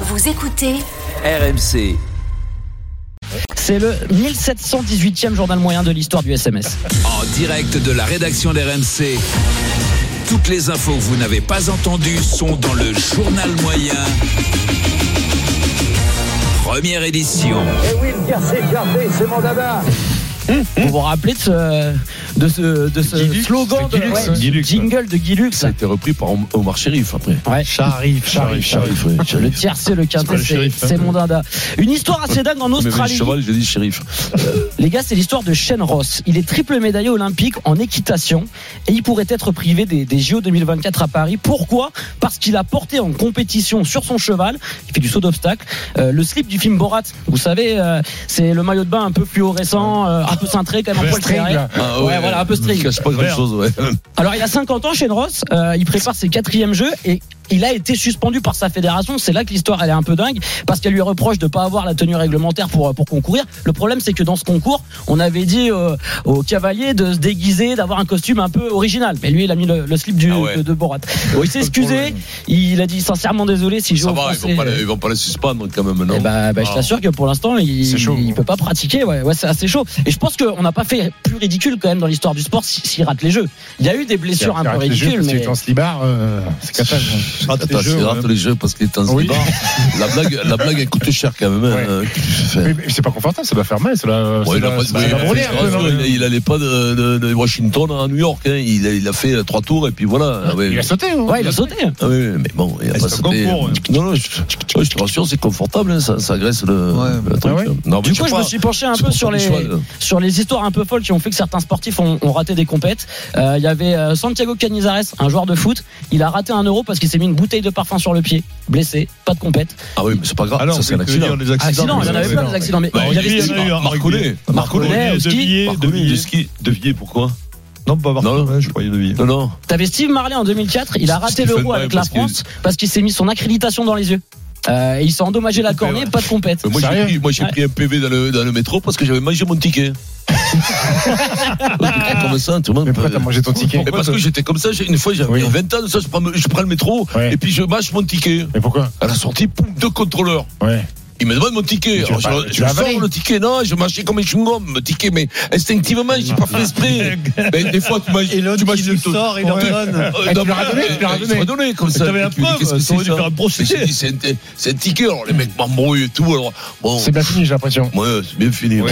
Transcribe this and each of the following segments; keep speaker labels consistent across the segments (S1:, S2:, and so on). S1: Vous écoutez
S2: RMC.
S3: C'est le 1718e journal moyen de l'histoire du SMS.
S2: En direct de la rédaction d'RMC. Toutes les infos que vous n'avez pas entendues sont dans le journal moyen. Première édition.
S4: Eh oui, le café, café, c'est mon dada.
S3: Vous vous rappelez de ce, de ce, de ce
S5: Guilux,
S3: slogan de,
S5: Guilux,
S3: ouais,
S5: hein.
S3: du jingle de Guilux
S6: Ça a été repris par Omar Sherif après.
S3: Ouais.
S5: Sharif, Sharif, Sharif.
S6: ouais,
S3: Le
S6: Sharif.
S3: tiercé, le quintet,
S5: le
S3: c'est
S5: shérif, hein.
S3: c'est mon dada. Une histoire assez dingue en
S6: Mais vu le
S3: Australie.
S6: cheval, j'ai dit shérif.
S3: Les gars, c'est l'histoire de Shane Ross. Il est triple médaillé olympique en équitation et il pourrait être privé des, des JO 2024 à Paris. Pourquoi Parce qu'il a porté en compétition sur son cheval, il fait du saut d'obstacle, euh, le slip du film Borat. Vous savez, euh, c'est le maillot de bain un peu fluorescent, euh, un peu cintré, quand même un
S5: Le
S3: poil
S5: string,
S3: serré.
S5: là.
S6: Ah
S3: ouais, voilà, un peu string.
S6: Il cache pas grand
S5: Vert.
S6: chose, ouais.
S3: Alors il a 50 ans, Shane Ross, euh, il prépare ses quatrièmes jeux et il a été suspendu par sa fédération. C'est là que l'histoire elle est un peu dingue parce qu'elle lui reproche de pas avoir la tenue réglementaire pour euh, pour concourir. Le problème c'est que dans ce concours, on avait dit euh, aux cavaliers de se déguiser, d'avoir un costume un peu original. Mais lui il a mis le, le slip du,
S6: Ah ouais.
S3: de, de Borat. Bon, il s'est excusé, il a dit sincèrement désolé si je
S6: Ça va, ils vont, pas,
S5: euh,
S6: les- ils vont pas les suspendre quand même, non
S3: eh ben, ben, je t'assure que pour l'instant, il,
S5: Ah. C'est chaud.
S3: il peut pas pratiquer. Ouais, ouais, c'est assez chaud. Et je pense qu'on n'a pas fait plus ridicule quand même dans l'histoire du sport si- s'il rate les jeux. Il y a eu des blessures un peu ridicules, mais
S5: en slibard, euh, c'est capable. Rate
S6: Attends,
S5: tes jeux,
S6: c'est rate
S5: ouais.
S6: les jeux parce qu'il est en
S5: hein. Oui.
S6: slibard. La blague, la blague, elle coûte cher quand même. hein.
S5: Ouais.
S6: Euh, enfin,
S5: Mais- mais C'est pas confortable, ça doit faire mal. Ça doit
S6: ouais,
S5: ça
S6: il a
S5: doit-
S6: pas-
S5: ça
S6: mais-
S5: doit brûler un peu, non
S6: il- Il allait pas de, de- de Washington à New York. hein. Il, a, il a fait euh, trois tours et puis voilà. ouais.
S5: Il a sauté, hein.
S3: ouais, il a sauté.
S6: Ah oui, mais bon, il a pas
S5: Ah, c'est un
S6: sauté.
S5: concours, ouais.
S6: Non, non, je, je- je te rassure, c'est confortable, hein, ça, ça agresse le, le truc.
S5: Ah ouais.
S6: Non, mais
S3: Du
S6: je sais
S3: coup, je
S6: pas.
S3: me suis penché un
S6: c'est
S3: peu
S6: pour
S3: sur
S6: faire
S3: les
S6: du cheval.
S3: sur les histoires un peu folles qui ont fait que certains sportifs ont, ont raté des compètes. Euh, Il y avait euh, Santiago Canizares, un joueur de foot. Il a raté un euro parce qu'il s'est mis une bouteille de parfum sur le pied, blessé, pas de compète.
S6: Ah oui, mais c'est pas grave,
S5: Alors,
S6: ça c'est un
S5: que
S6: accident.
S5: dire, les accidents,
S3: Accident, il y en avait
S5: accidents,
S3: plein des accidents, mais
S6: Bah,
S3: il y
S5: oui,
S3: avait
S5: il y en a eu un.
S6: Marconnet.
S3: Marconnet, au ski.
S6: Marconnet, de ski. De Villiers, pourquoi
S5: Non, pas
S6: Non, non.
S5: ouais, je croyais de vie.
S6: Non, non.
S3: T'avais Steve Marley en 2004, il a raté
S6: Stephen
S3: l'euro
S6: Marley,
S3: avec la
S6: parce que-
S3: France parce qu'il s'est mis son accréditation dans les yeux. Euh, et il s'est endommagé la cornée, pas de compète.
S6: Mais Moi, j'ai
S5: Sérieux
S6: pris, moi, j'ai
S3: Ouais.
S6: pris un PV dans le, dans le métro parce que j'avais mangé mon ticket. comme ça, tout le monde
S5: Mais pourquoi
S6: peut-
S5: t'as mangé ton ticket
S6: Mais parce que j'étais comme ça, j'ai- une fois j'avais
S5: Oui.
S6: 20 ans, ça, je, prends, je prends le métro
S5: Ouais.
S6: et puis je mâche mon ticket.
S5: Mais pourquoi
S6: À la sortie, poum, deux contrôleurs.
S5: Ouais.
S6: Il me demande mon ticket.
S5: Mais tu
S6: Alors,
S5: vas pas-
S6: je
S5: tu
S6: je
S5: vas
S6: sors
S5: avaler.
S6: le ticket. Non, je marchais comme un chewing-gum, le ticket, mais instinctivement, j'ai pas fait esprit. mais Ben, des fois, tu m'as
S7: Et l'autre qui le sort, il leur donne.
S6: Euh,
S5: Eh,
S6: non,
S5: tu leur as donné,
S6: mais-
S5: tu leur as
S6: ils
S5: donné.
S6: se redonnaient comme ça.
S7: t'avais la
S6: Qu'est-ce
S7: preuve,
S6: que
S7: ça
S6: c'est
S7: aurait dû
S6: ça
S7: faire un procès.
S6: Et j'ai dit, c'est un- C'est un ticket. Alors, les mecs m'embrouillent et tout. Alors, bon.
S5: C'est bien fini, j'ai l'impression.
S6: Ouais, c'est bien fini.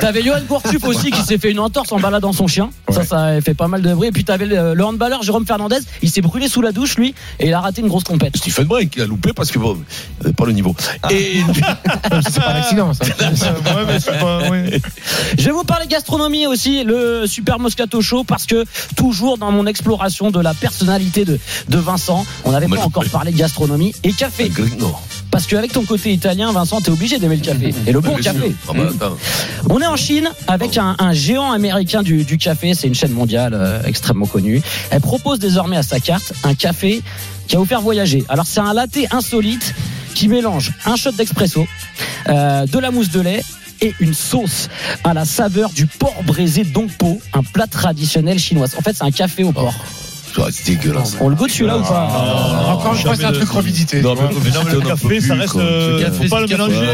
S3: T'avais Johan Gourcuff aussi qui s'est fait une entorse en baladant son chien. Ça,
S5: Ouais.
S3: ça avait fait pas mal de bruit. Et puis t'avais le, le handballeur Jérôme Fernandez, il s'est brûlé sous la douche lui et il a raté une grosse compète.
S6: Stephen Brake il a loupé parce que bon, euh, pas le niveau. Et
S5: C'est pas un accident, ça. ouais, mais c'est pas. Ouais.
S3: Je vais vous parler gastronomie aussi, le super Moscato Show parce que toujours dans mon exploration de la personnalité de, de Vincent, on n'avait
S6: Moi,
S3: pas
S6: je-
S3: encore parlé gastronomie et café.
S6: non.
S3: Parce qu'avec ton côté italien, Vincent, t'es obligé d'aimer le café. Et le bon
S6: Bien
S3: café.
S6: sûr. Ah bah, attends.
S3: On est en Chine avec un, un géant américain du, du café, c'est une chaîne mondiale euh, extrêmement connue. Elle propose désormais à sa carte un café qui va vous faire voyager. Alors c'est un latte insolite qui mélange un shot d'expresso, euh, de la mousse de lait et une sauce à la saveur du porc braisé dongpo, un plat traditionnel chinois. En fait c'est un café au porc.
S6: Tu vois, Ah, C'est dégueulasse.
S3: On le goûte celui-là ou pas
S5: Encore une fois, c'est un truc revisité.
S6: Non,
S5: tu vois.
S6: mais,
S7: Non, mais le café, ça reste. euh,
S6: euh,
S7: faut
S6: faut
S7: pas le mélanger.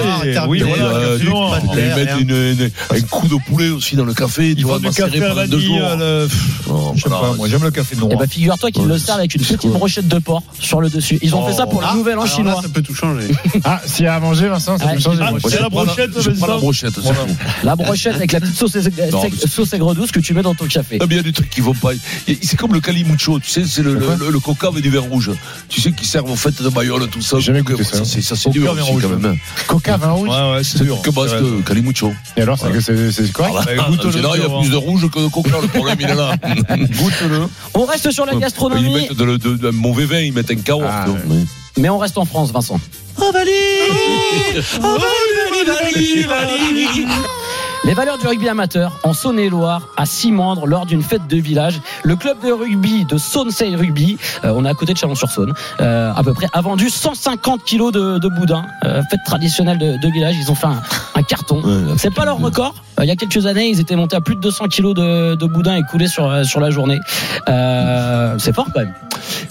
S7: Oui,
S6: pas-
S7: Ah, voilà,
S6: euh, tu-
S7: absolument.
S6: tu mets
S7: Rien.
S6: une- une- un coup de poulet aussi dans le café. tu
S7: Ils
S6: vois,
S7: font du
S6: macérer
S7: café à la
S6: pendant deux
S7: vanille.
S6: jours.
S7: euh, le-
S6: Non,
S7: Je sais
S6: voilà,
S7: pas, moi, j'aime le café noir.
S3: Et ben figure-toi qu'ils le servent avec une petite brochette de porc sur le dessus. Ils ont fait ça pour la
S7: Ah,
S3: nouvelle en
S7: alors
S3: chinois.
S7: là, Ça peut tout changer.
S5: Ah, s'il y a à manger, Vincent, ça
S3: Ah,
S5: peut changer.
S7: ah,
S6: Moi,
S7: c'est
S6: je
S7: la
S6: prends
S7: brochette,
S6: Je
S7: mais
S6: prends la
S7: ça-
S6: brochette, c'est
S7: Voilà.
S6: tout.
S3: La brochette avec la petite sauce, aigre-
S6: Non,
S3: sec-
S6: mais-
S3: sauce aigre douce que tu mets dans ton café.
S6: Ah, mais il y a des trucs qui vont pas. Il y a- C'est comme le calimucho, tu sais, c'est le, le, le- le coca avec du vin rouge. Tu sais, qui servent aux fêtes de Mayol, tout ça. euh,
S5: J'ai jamais goûté ça.
S6: C'est- Ça, c'est
S7: Coca,
S6: dur
S7: vin
S6: aussi,
S7: rouge.
S6: quand même.
S5: Coca, vin rouge.
S7: Ouais, ouais, c'est
S6: C'est
S7: dur.
S6: que basque,
S7: C'est vrai. Bah,
S6: calimucho.
S5: Et alors, c'est que c'est c'est correct
S6: Alors là,
S7: Mais
S6: en
S7: goûte-le,
S6: général, il y
S7: tu
S6: a
S7: vas
S6: plus de rouge que de coca, le problème, il est là. Goûte-le.
S3: On reste sur la
S6: Ils
S3: gastronomie,
S6: mettent de, le- de- de- un mauvais vin, ils mettent un carotte.
S5: Ah,
S6: donc,
S5: ouais.
S6: mais-
S3: mais on reste en France, Vincent. Les valeurs du rugby amateur en Saône-et-Loire à Simandre lors d'une fête de village. Le club de rugby de Saône-Seille Rugby, euh, on est à côté de Chalon-sur-Saône, euh, à peu près, a vendu 150 kilos de, de boudin. euh, fête traditionnelle de, de village, ils ont fait un, un carton.
S6: Ouais, la
S3: C'est pas leur record, euh, il y a quelques années, ils étaient montés à plus de 200 kilos de, de boudin écoulé sur, euh, sur la journée. Euh, c'est fort quand même.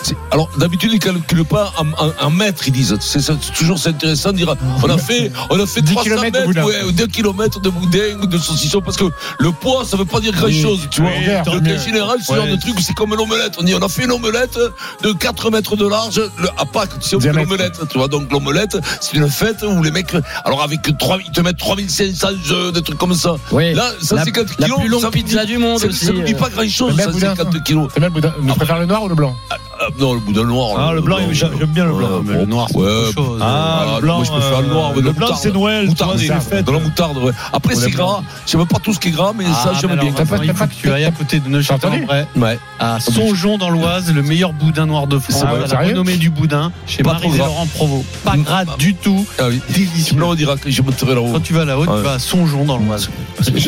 S6: C'est- Alors d'habitude ils calculent pas en, en- en mètres, ils disent. C'est ça, c'est toujours c'est intéressant de dire on a fait on a fait
S7: 10
S6: 300
S7: kilomètres de
S6: mètres
S7: boudin.
S6: ouais, ou 2 km de boudin ou de saucisson parce que le poids ça veut pas dire grand chose, tu vois.
S5: oui, tant
S6: Donc
S5: mieux.
S6: en général ce genre
S5: Ouais.
S6: de truc c'est comme l'omelette. On dit on a fait une omelette de 4 mètres de large le, à Pâques, tu sais on fait
S5: Diamètre.
S6: l'omelette, tu vois. Donc l'omelette c'est une fête où les mecs alors avec 3 ils te mettent 3500 jeux, euh, des trucs comme ça.
S3: Oui.
S6: Là
S3: la,
S6: 150
S3: la
S6: kilos
S3: plus
S6: ça
S3: longue
S6: me dit-
S3: pizza du monde
S6: ça-
S3: aussi. euh.
S6: ça ne dit pas grand chose,
S5: Le même boudin. hein.
S6: 150 kilos.
S5: C'est bien le boudin. Tu préfères le noir ou le blanc
S6: Ah, non, le boudin noir.
S7: Ah, le blanc, j'aime j'aime bien le blanc.
S6: mais le
S7: noir,
S6: c'est autre
S7: chose.
S6: Ah,
S7: Ah, le
S6: moi,
S7: blanc.
S6: je préfère le
S7: euh,
S6: noir, mais
S7: Le
S6: de la
S7: blanc, c'est
S6: moutarde.
S7: Noël. tu vois,
S6: Moutarde,
S7: c'est la fête.
S6: dans la moutarde, ouais. Après,
S7: On
S6: c'est
S7: aime
S6: gras. J'aime pas tout ce qui est gras, mais ça,
S1: Ah,
S6: j'aime
S1: mais
S6: bien.
S1: alors, maintenant, il faut que tu ailles à côté de Neuchâtel-en-Bray,
S6: Ouais.
S1: à Songeon dans l'Oise, le meilleur boudin noir de France,
S5: C'est vrai,
S1: à la
S5: sérieux
S1: renommée du boudin, chez
S6: Pas trop gras.
S1: Marie-Laurent Provost. Pas
S6: Mm.
S1: gras du tout.
S6: Ah oui.
S1: Délicieux.
S6: Là, on dira que je me tirerai là-haut.
S1: Quand tu vas là-haut,
S6: Ouais.
S1: tu vas à Songeon dans l'Oise.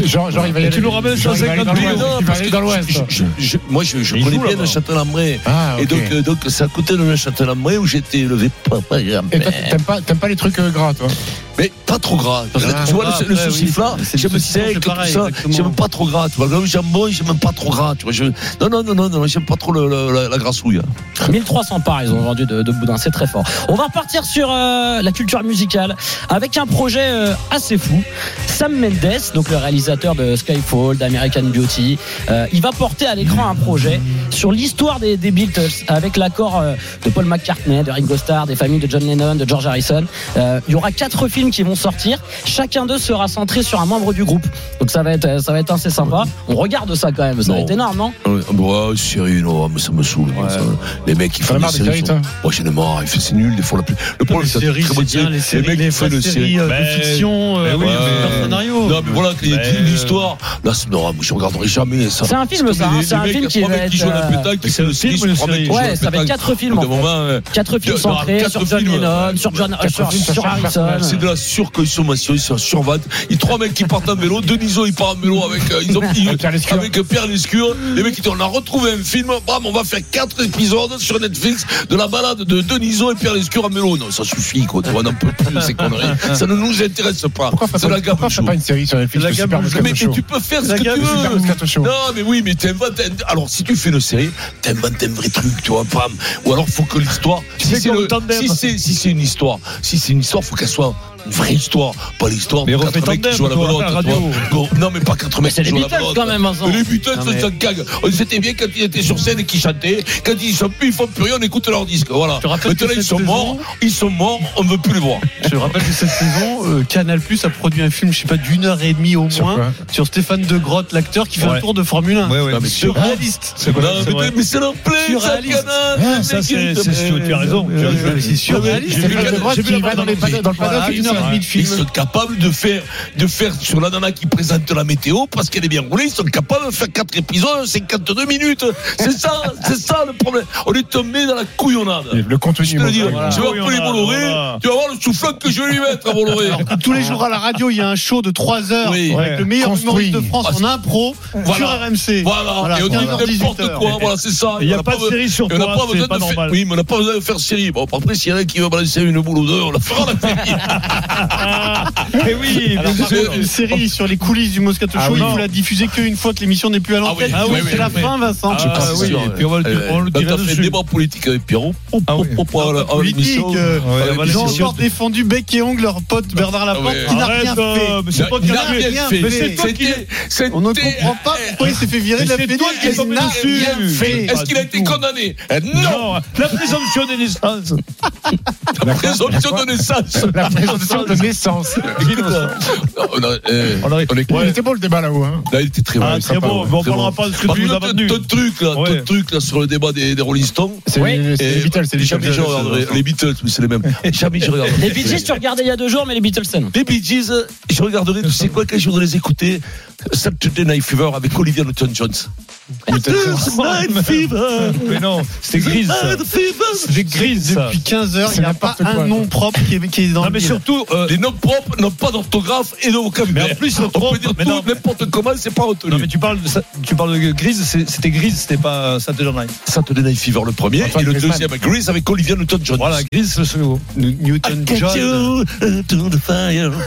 S5: Genre, genre, il va y
S7: Et
S5: aller.
S7: tu nous ramènes
S5: genre, il va aller
S7: 150
S5: dans l'Ouest.
S7: kilos,
S5: Tu vas
S6: parce
S5: aller
S6: que
S5: dans
S6: je-
S5: l'ouest.
S6: je- je- Moi, je, je
S7: Il
S6: connais
S7: joue
S6: bien
S7: là-bas.
S6: Neuchâtel-en-Bray.
S5: Ah,
S6: Et
S5: ok.
S6: donc, euh, donc, c'est à côté de Neuchâtel-en-Bray où j'ai été élevé par ma
S5: Et toi,
S6: grand-mère.
S5: t'aimes pas, t'aimes pas les trucs euh, gras, toi
S6: Mais pas trop gras. Parce que
S1: Ah,
S6: tu vois,
S1: gras,
S6: le, le
S1: après,
S6: souci
S1: oui.
S6: là,
S1: C'est-
S6: j'aime
S1: c'est- c'est
S6: sec, tout
S1: pareil,
S6: ça.
S1: exactement.
S6: J'aime pas trop gras. Tu vois, le jambon, j'aime pas trop gras. Tu vois, je... Non, non, non, non, non j'aime pas trop le- le- la, la grassouille.
S3: 1300 parts ils ont vendu de, de boudin, c'est très fort. On va repartir sur euh, la culture musicale avec un projet euh, assez fou. Sam Mendes, donc le réalisateur de Skyfall, d'American Beauty, euh, il va porter à l'écran un projet sur l'histoire des, des Beatles avec l'accord euh, de Paul McCartney, de Ringo Starr, des familles de John Lennon, de George Harrison. Euh, il y aura quatre films qui vont sortir. Chacun d'eux sera centré sur un membre du groupe. Donc ça va être, ça va être assez sympa. On regarde ça quand même, ça va
S6: Non.
S3: être énorme, non
S6: Ouais, ouais, sérieux, non, ah, mais ça me saoule. ça. Les mecs, ils
S5: T'en
S6: font
S5: as
S6: des
S5: marre des
S6: séries.
S5: séries,
S6: ils font-
S5: toi
S6: Moi, j'en ai marre. ils font- C'est nul, des fois. La plus... Le problème, c'est
S1: Les
S6: la
S1: séries,
S6: très bonne
S1: c'est bien,
S6: série.
S1: les séries,
S6: mecs,
S1: les
S6: ils font
S1: vraies
S6: des
S1: séries
S6: séries.
S1: euh, de
S7: Ben,
S1: fiction, euh,
S7: ben oui,
S1: avec
S7: mais-
S1: un scénario.
S6: Non, mais voilà, qu'il y a
S7: Mais-
S6: une histoire. Là, c'est non, moi, je regarderai jamais ça.
S3: C'est un film, ça, hein, c'est un film qui va
S6: qui
S3: être,
S6: joue à la
S3: euh,
S6: pétanque, qui
S7: c'est
S6: fait
S7: un
S6: le
S7: film
S6: série,
S7: ou une
S6: trois mecs qui
S7: série
S6: jouent à la
S3: Ouais, ça va être
S6: pétanque.
S3: quatre films
S6: Au bout
S3: en
S6: d'un
S3: fait.
S6: moment, euh,
S3: Quatre films
S6: Quatre
S3: centrés
S6: films,
S3: sur John
S6: ouais.
S3: Lennon, sur John, euh,
S5: Quatre
S3: sur,
S5: films, ça
S3: sur
S5: change
S3: Harrison.
S5: personne.
S6: C'est de la surconsommation, c'est un survat. Il y a trois mecs qui partent en vélo, Deniso il part en vélo avec, euh, ils ont, ils-
S5: Pierre Lescure.
S6: avec Pierre Lescure. Les mecs ils disent, on a retrouvé un film, bam, on va faire quatre épisodes sur Netflix de la balade de Deniso et Pierre Lescure en vélo. Non, ça suffit quoi, tu vois, on n'en peut plus ces conneries. Ça ne nous intéresse pas.
S5: Pourquoi
S6: C'est la gamme
S5: Pourquoi
S6: show.
S5: pas une série sur Netflix
S1: La
S5: le
S1: gamme
S5: Super
S1: Joe.
S5: Moscato
S6: Mais
S5: Show
S6: tu peux faire ce
S1: La
S6: que
S1: gamme
S6: tu
S5: Le Super
S6: veux.
S5: Moscato Show.
S6: Non, mais oui, mais t'inventes. un- Alors, si tu fais une série, t'inventes un vrai truc, tu vois, pam. Ou alors, faut que l'histoire. Si
S7: fais
S6: c'est
S7: comme
S6: le-
S7: Tandem.
S6: si c'est si c'est une histoire, si c'est une histoire, faut qu'elle soit une vraie histoire, pas l'histoire.
S7: Mais
S6: de
S7: refais
S6: quatre mecs qui
S7: Tandem,
S6: jouent à la
S7: toi, à la
S6: belote, tu
S7: radio.
S6: vois. Bon, Non, mais pas quatre mecs
S3: c'est les
S6: qui jouent à la
S3: Beatles,
S6: belote.
S3: quand même, Vincent.
S6: Mais Les Beatles,
S1: Non, mais-
S6: ça s'en cague. On s'était bien quand Oh, ils étaient sur scène et qu'ils chantaient. Quand ils sont plus, ils font plus rien, on écoute leur disque. Voilà.
S1: te rappelles
S6: Maintenant,
S1: que
S6: ils
S1: cette
S6: sont
S1: saison-
S6: morts, ils sont morts, on ne veut plus les voir.
S1: Je rappelle que cette saison, euh, Canal Plus a produit un film, je sais pas, d'une heure et demie au
S5: Sur
S1: moins,
S5: quoi
S1: sur Stéphane De Grotte, l'acteur qui fait
S7: Ouais.
S1: un tour de Formule 1.
S7: Ouais, ouais.
S1: Non, mais
S6: Sur-
S1: surréaliste.
S7: C'est vrai,
S6: Non,
S7: c'est
S6: mais-
S7: vrai.
S6: Mais c'est leur plaisir, ça,
S1: Surréaliste.
S6: canard.
S7: Ça,
S5: Ah,
S6: Mais
S7: c'est
S6: qui-
S7: c'est sûr, tu as raison. Tu as-
S1: Ouais, ouais, C'est surréaliste.
S5: C'est
S7: vu
S5: pas
S7: le-
S5: de droite
S7: j'ai vu
S5: qui
S7: la
S5: va
S7: bande
S5: dans les
S7: annonce.
S5: paddocks- dans le
S6: Ah,
S1: Voilà,
S5: paddock.
S1: une heure et demie de
S6: Ils
S1: film.
S6: sont capables de faire, de faire sur la nana qui présente la météo parce qu'elle est bien roulée. Ils sont capables de faire quatre épisodes, 52 minutes. C'est ça, c'est ça le problème. On est tombé dans la couillonnade.
S5: Le contenu.
S6: Je te le dis,
S5: voilà.
S6: je vais appeler
S7: Couillonnade,
S6: Bolloré,
S7: voilà.
S6: tu vas voir le soufflet que je vais lui mettre à Bolloré.
S1: Tous les jours à la radio, il y a un show de 3 heures
S6: Oui.
S1: avec le meilleur
S5: Construit.
S1: humoriste de France en impro
S6: Voilà.
S1: sur RMC.
S6: Voilà,
S1: Voilà,
S6: et on dit
S1: 15h18.
S6: n'importe quoi, voilà, c'est ça.
S7: Il n'y
S6: On
S7: a pas de
S6: be-
S7: série sur
S6: on n'a
S7: toi,
S6: pas besoin
S7: c'est
S6: de
S7: pas
S6: faire,
S7: normal.
S6: oui, mais on n'a pas besoin de faire série. Bon, après, s'il y en a qui veut balancer une boule ou deux, on la fera la série.
S7: Eh oui,
S1: Alors, par
S6: C'est-
S1: contre, une série sur les coulisses du Moscato
S7: Ah
S1: Show,
S7: oui.
S1: il vous la diffusée qu'une fois que l'émission n'est plus à l'antenne.
S6: Ah oui, oui,
S1: c'est
S6: oui,
S1: la
S6: oui.
S1: fin, Vincent.
S7: Ah,
S6: C'est
S7: oui,
S6: sûr,
S7: et puis on va le-
S6: ouais.
S7: on le
S6: Quand
S7: dira
S6: t'as fait
S7: dessus.
S6: un débat politique avec Pierrot, hop,
S7: Ah
S6: hop,
S7: oui.
S6: hop, à la- à
S1: politique.
S6: l'émission.
S1: euh,
S7: Ouais,
S6: Avec
S7: voilà,
S1: Ils ont
S7: c'est sûr.
S1: encore défendu bec et ongle leur pote Bernard Laporte
S6: Ah ouais.
S1: qui n'a
S7: Arrête,
S1: rien fait.
S7: euh, mais c'est toi qui
S6: Il n'a
S7: as fait.
S6: rien
S1: Mais
S6: fait.
S1: c'est
S7: toi qui-
S6: C'était- c'était-
S1: On ne comprend pas pourquoi il s'est fait virer de la
S7: Mais c'est
S1: pédale.
S7: toi qui es
S1: Il n'a
S7: tombé dessus.
S1: rien fait.
S6: Est-ce qu'il a été condamné Eh, Non
S7: Non, la présomption des naissances.
S6: La présomption de naissance
S5: La présentation de naissance.
S6: On a- euh,
S7: On aurait-
S6: on est-
S5: Il était beau le débat là-haut. hein.
S6: Là, il était très
S7: Ah,
S6: bon.
S7: très
S5: sympa,
S7: bon,
S5: ouais.
S7: mais on
S6: Très
S7: parlera
S6: bon.
S7: pas de ce que
S6: Parce
S7: tu
S6: que
S7: nous as
S6: t'as-
S7: vendu.
S6: t'as de trucs, là,
S7: Ouais.
S6: t'as de trucs, là, sur le débat des des Rolling Stones.
S5: C'est les c'est les
S6: Et
S5: Beatles, c'est les
S6: jamais je regarderai. Les Beatles, oui, c'est les mêmes. Jamais je regarderai.
S3: Les Bee Gees, tu regardais il y a deux jours, mais les Beatles, c'est non.
S6: Les Bee Gees, je regarderai, tu sais quoi, quand je voudrais les écouter, Saturday Night Fever avec Olivia Newton-Jones. Night Fever
S1: Mais non, c'était grise. ça.
S6: Night Fever
S1: C'était grise. ça.
S8: Depuis 15 heures,
S5: C'est
S8: il n'y a pas
S5: n'importe quoi,
S8: un nom propre qui est, qui est dans
S1: Non,
S8: le
S1: mais
S8: bill.
S1: surtout, euh,
S6: Les noms propres n'ont pas d'orthographe et de vocabulaire.
S1: Mais en plus, le
S6: on
S1: propre-
S6: peut dire
S1: mais
S6: tout,
S1: non.
S6: n'importe comment, c'est pas retenu.
S1: non, mais tu parles de, ça- tu parles de grise, c'est- c'était grise, c'était pas euh, Saturday Night.
S6: Saturday Night Fever le premier
S5: Antoine
S6: et le
S5: Griezmann.
S6: deuxième Grease avec Olivia Newton-John.
S1: Voilà, grise, c'est le second.
S8: Newton John.
S6: fire.